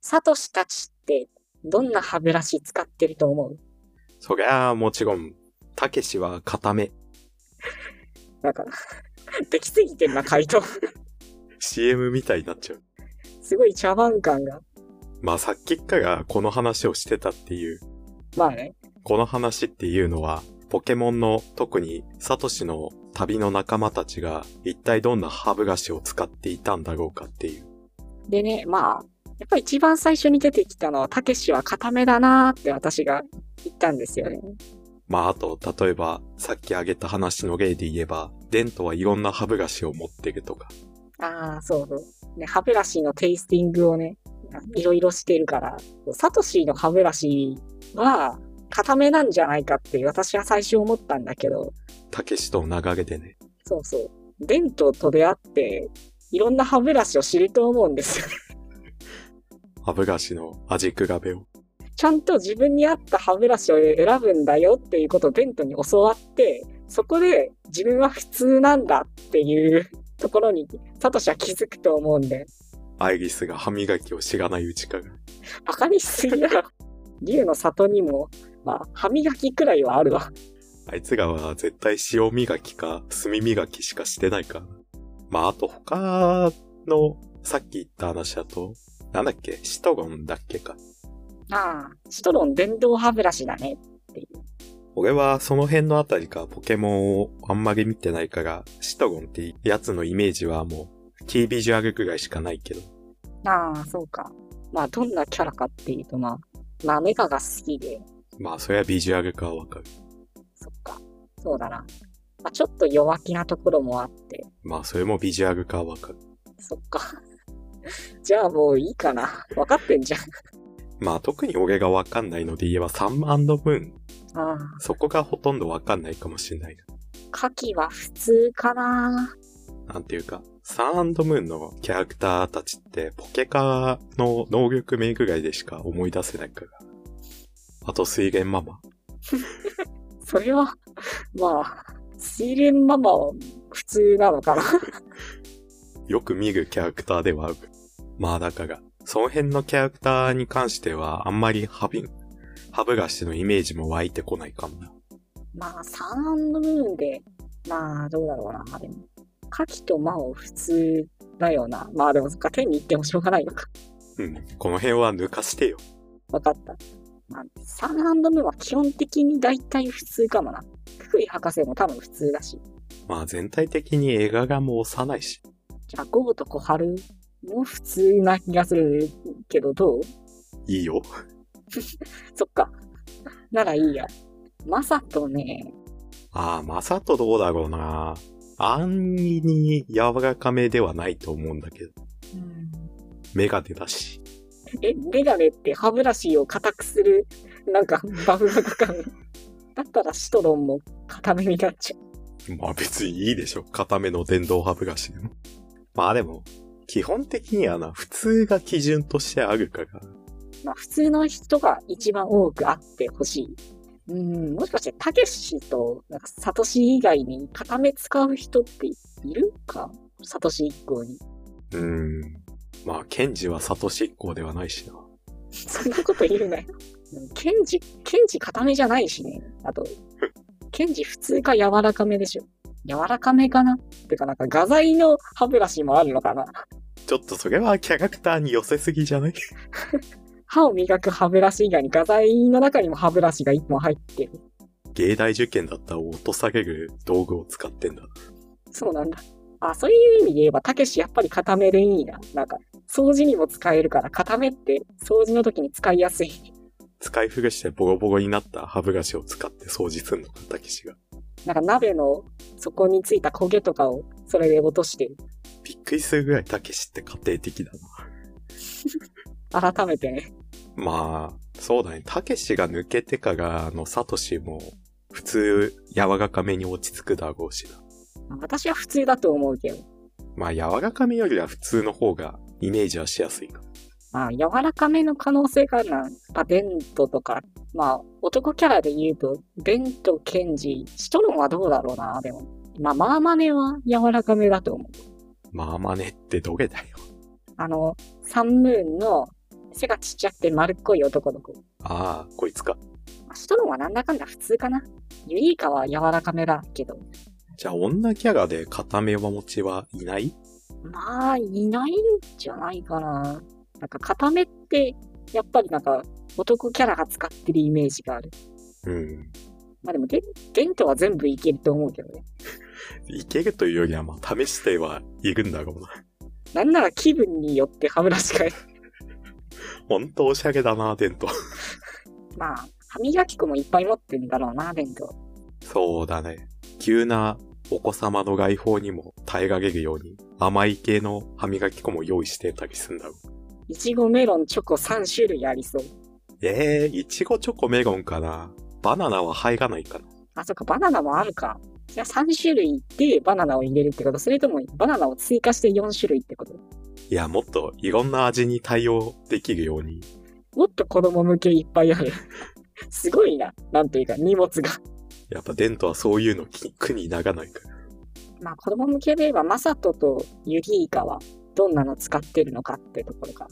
サトシたちってどんな歯ブラシ使ってると思うそりゃあもちろん、たけしは固め。なんか、 できすぎてんな、回答。 CM みたいになっちゃう。すごい茶番感が。まあさっきからこの話をしてたっていう、まあね。この話っていうのは、ポケモンの特にサトシの旅の仲間たちが一体どんな歯ブラシを使っていたんだろうかっていう。でね、まあ、やっぱ一番最初に出てきたのは、たけしは固めだなーって私が言ったんですよね。まああと、例えばさっき挙げた話の例で言えば、デントはいろんな歯ブラシを持ってるとか。ああ、そうそう。ね、歯ブラシのテイスティングをね、いろいろしてるから、サトシの歯ブラシは、固めなんじゃないかって私は最初思ったんだけど、たけしとの流れでね。そうそう。デントと出会って、いろんな歯ブラシを知ると思うんですよ。 歯ブラシの味比べを。ちゃんと自分に合った歯ブラシを選ぶんだよっていうことをデントに教わって、そこで自分は普通なんだっていうところに、サトシは気づくと思うんで、アイリスが歯磨きを知らないうちから。バカにしすぎだろ。 竜の里にも、まあ、歯磨きくらいはあるわ。あいつらは絶対塩磨きか炭磨きしかしてないから。まあ、あと他のさっき言った話だと、なんだっけシトゴンだっけか。ああ、シトロン電動歯ブラシだね。俺はその辺のあたりかポケモンをあんまり見てないから、シトゴンってやつのイメージはもう、キービジュアルぐらいしかないけど。ああ、そうか。まあ、どんなキャラかっていうと、まあ、まあ、メカが好きで、まあ、そりゃビジュアルかはわかる。そっか。そうだな。まあ、ちょっと弱気なところもあって、まあ、それもビジュアルかはわかる。そっか。 じゃあもういいかな。分かってんじゃん。まあ、特に俺がわかんないので言えばサンアンドムーン。ああ、そこがほとんどわかんないかもしれないな。カキは普通かな。なんていうか、サンムーンのキャラクターたちってポケカの能力名ぐらいでしか思い出せないから。あと水源ママ。それは、まあ、水蓮ママは普通なのかな。 よく見るキャラクターではある。まあだから、その辺のキャラクターに関してはあんまりハビ、ハブガシのイメージも湧いてこないかもな。まあ、サンドムーンで、まあ、どうだろうな。でも、カキとマオ普通だよな。まあでも、そっか、天に行ってもしょうがないのか。うん。この辺は抜かしてよ。分かった。まあ、サンドムーンは基本的に大体普通かもな。福井博士も多分普通だし。まあ全体的に映画がもう幼いし。じゃあ、ゴーと小春も普通な気がするけど、どういいよ。そっか。ならいいや。マサとね、ああ、マサトどうだろうな。安易に柔らかめではないと思うんだけど。メガネだし。え、メガネって歯ブラシを硬くする、なんかバフがかかる。だったらシトロンも硬めになっちゃう。まあ別にいいでしょ。固めの電動歯ブラシでも。まあでも、基本的にはな、普通が基準としてあるから。まあ普通の人が一番多くあってほしい。うん、もしかしてたけしとなんかサトシ以外に固め使う人っているかサトシ一行に。 うーん。まあ、ケンジはサトシ一行ではないしな。そんなこと言うなよ。 うんケンジ、ケンジ固めじゃないしね。あと、ケンジ普通か柔らかめでしょ。柔らかめかなてか、なんか画材の歯ブラシもあるのかな。ちょっとそれはキャラクターに寄せすぎじゃない歯を磨く歯ブラシ以外に画材の中にも歯ブラシが1本入ってる。芸大受験だったら落とされる道具を使ってんだ。そうなんだ。あ、そういう意味で言えば、たけしやっぱり固めでいいな。なんか、掃除にも使えるから、固めって掃除の時に使いやすい。使い古してボロボロになった歯ブラシを使って掃除すんのか、たけしが。なんか鍋の底についた焦げとかをそれで落としてびっくりするぐらいたけしって家庭的だな。改めてね。まあ、そうだね。たけしが抜けてからのサトシも、普通、柔らかめに落ち着くだろうしな。私は普通だと思うけど。まあ、柔らかめよりは普通の方が、イメージはしやすいか。まあ、柔らかめの可能性があるな。まあ、デントとか、まあ、男キャラで言うと、デント、ケンジ、シトロンはどうだろうな、でも。まあ、マーマネは柔らかめだと思う。まあまねってどげだよ。あの、サンムーンの背がちっちゃくて丸っこい男の子。ああ、こいつか。まあシトロンはなんだかんだ普通かな。ユリイカは柔らかめだけど。じゃあ女キャラで固め持ちはいないまあ、いないんじゃないかな。なんか、固めって、やっぱりなんか、男キャラが使ってるイメージがある。うん。まあでも、ゲンゲントは全部いけると思うけどね。いけるというよりは、まあ、試してはいるんだろうな。なんなら気分によって歯ブラシ変え。ほんとおしゃれだな、デント。 まあ、歯磨き粉もいっぱい持ってんだろうな、ベント。そうだね。急なお子様の外報にも耐えられるように、甘い系の歯磨き粉も用意してたりするんだろう。いちご、メロン、チョコ3種類ありそう。ええー、いちごチョコメロンかな。バナナは入らないかな。あ、そっか、バナナもあるか。じゃあ3種類でバナナを入れるってことそれともバナナを追加して4種類ってこといや、もっといろんな味に対応できるように。もっと子供向けいっぱい ある。すごいな。なんというか、荷物が。やっぱデントはそういうのき苦にならないから。まあ子供向けで言えば、マサトとユリイカはどんなの使ってるのかってところか。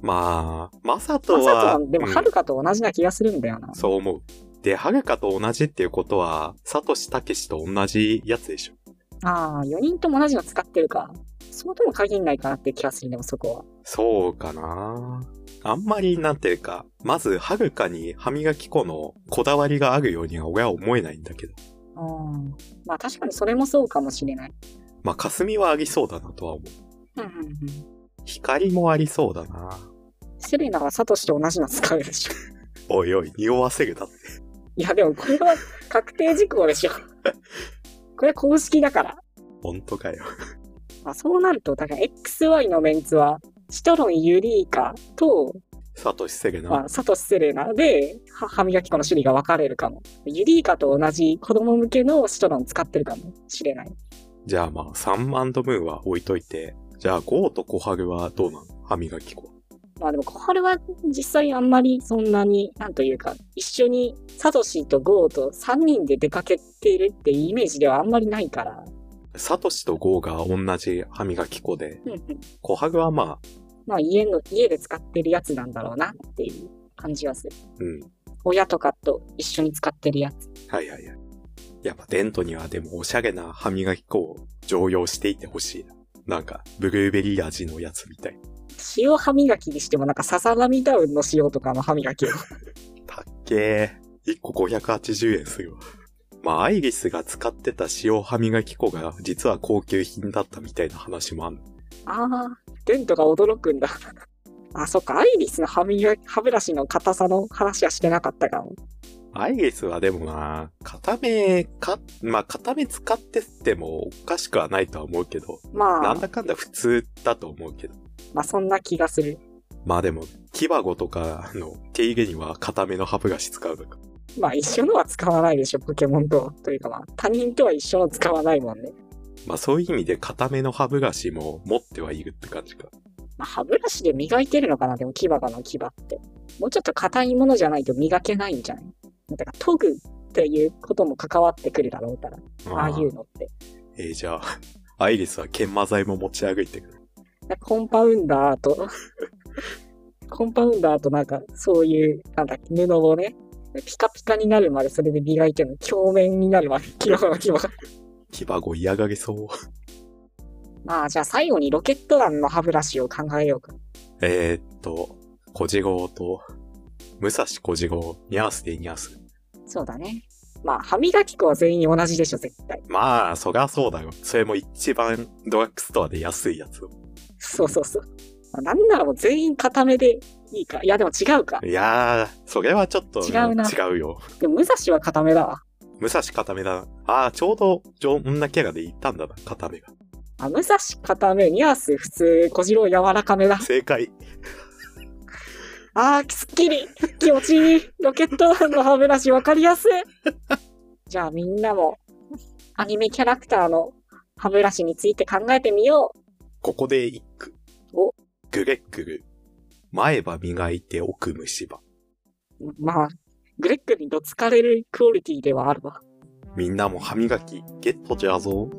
まあ、マサトマサトは、はでも、うんはるかと同じな気がするんだよな。そう思う。で、はるかと同じっていうことは、サトシタケシと同じやつでしょ。ああ、4人とも同じの使ってるか。そうとも限んないかなって気がする、でもそこは。そうかなあんまり、なんていうか、まず、はるかに歯磨き粉のこだわりがあるようには俺は思えないんだけど。うん。まあ確かにそれもそうかもしれない。まあ、霞はありそうだなとは思う。うんうんうん。光もありそうだなセレナはサトシと同じの使うでしょ。おいおい、匂わせるだって。いやでもこれは確定事項で しょ。これは公式だから。ほんとかよ。まあそうなると、だから XY のメンツは、シトロン、ユリイカと、サトシセレまナあ、。サトシセレナでは歯磨き粉の種類が分かれるかも。ユリイカと同じ子供向けのシトロン使ってるかもしれない。じゃあまあ、サンマンドムーンは置いといて。じゃあ、ゴーとコハルはどうなの歯磨き粉。まあでも、小春は実際あんまりそんなに、なんというか、一緒にサトシとゴーと3人で出かけているってイメージではあんまりないから。サトシとゴーが同じ歯磨き粉で、うんうんコハグはまあ、まあ家の、家で使ってるやつなんだろうなっていう感じがする。うん。親とかと一緒に使ってるやつ。はいはいはい。やっぱデントにはでもおしゃれな歯磨き粉を常用していてほしいな。なんか、ブルーベリー味のやつみたい。塩歯磨きにしてもなんかささらみダウンの塩とかの歯磨きを。たっけー。1個580円するわ。まあ、アイリスが使ってた塩歯磨き粉が実は高級品だったみたいな話もある。ああ、デントが驚くんだ。あ、そっか、アイリスの歯磨き、歯ブラシの硬さの話はしてなかったかも。アイリスはでもな、片目か、まあ、片目使ってってもおかしくはないとは思うけど、まなあん、だかんだ普通だと思うけど。まあそんな気がする。まあでも、キバゴとかの手入れには固めの歯ブラシ使うのか。まあ一緒のは使わないでしょ、ポケモンとは。というかまあ、他人とは一緒の使わないもんね。まあそういう意味で固めの歯ブラシも持ってはいるって感じか。まあ歯ブラシで磨いてるのかな、でも牙がの牙って。もうちょっと硬いものじゃないと磨けないんじゃないだから研ぐっていうことも関わってくるだろうから、ああいう。のって。えーじゃあ、アイリスは研磨剤も持ち歩いてくる。コンパウンダーと、コンパウンダーとなんか、そういう、なんだっけ、布をね、ピカピカになるまで、それで磨いてるの、鏡面になるまで、 キバのキバ。キバゴ嫌がりそう。 まあ、じゃあ最後にロケット弾の歯ブラシを考えようか。えーっと、小次郎と、武蔵小次郎、ニャースでニャース。そうだね。まあ、歯磨き粉は全員同じでしょ、絶対。まあ、そりゃそうだよ。それも一番ドラッグストアで安いやつを。そうそうそう。まあなんならもう全員固めでいいか。いや、でも違うか。いやー、それはちょっと、違うな違うよ。でも、武蔵は固めだわ。武蔵固めだな。ああ、ちょうど、じょ女キャラで言ったんだな、固めが。あ、武蔵固め、ニャース普通、小次郎柔らかめだ。正解。あー、すっきり気持ちいいロケット弾の歯ブラシわかりやすいじゃあみんなも、アニメキャラクターの歯ブラシについて考えてみよここで一句。おぐれっぐる。前歯磨いて奥虫歯。う。まあ、グレッグにどつかれるクオリティではあるわ。みんなも歯磨きゲットじゃぞ。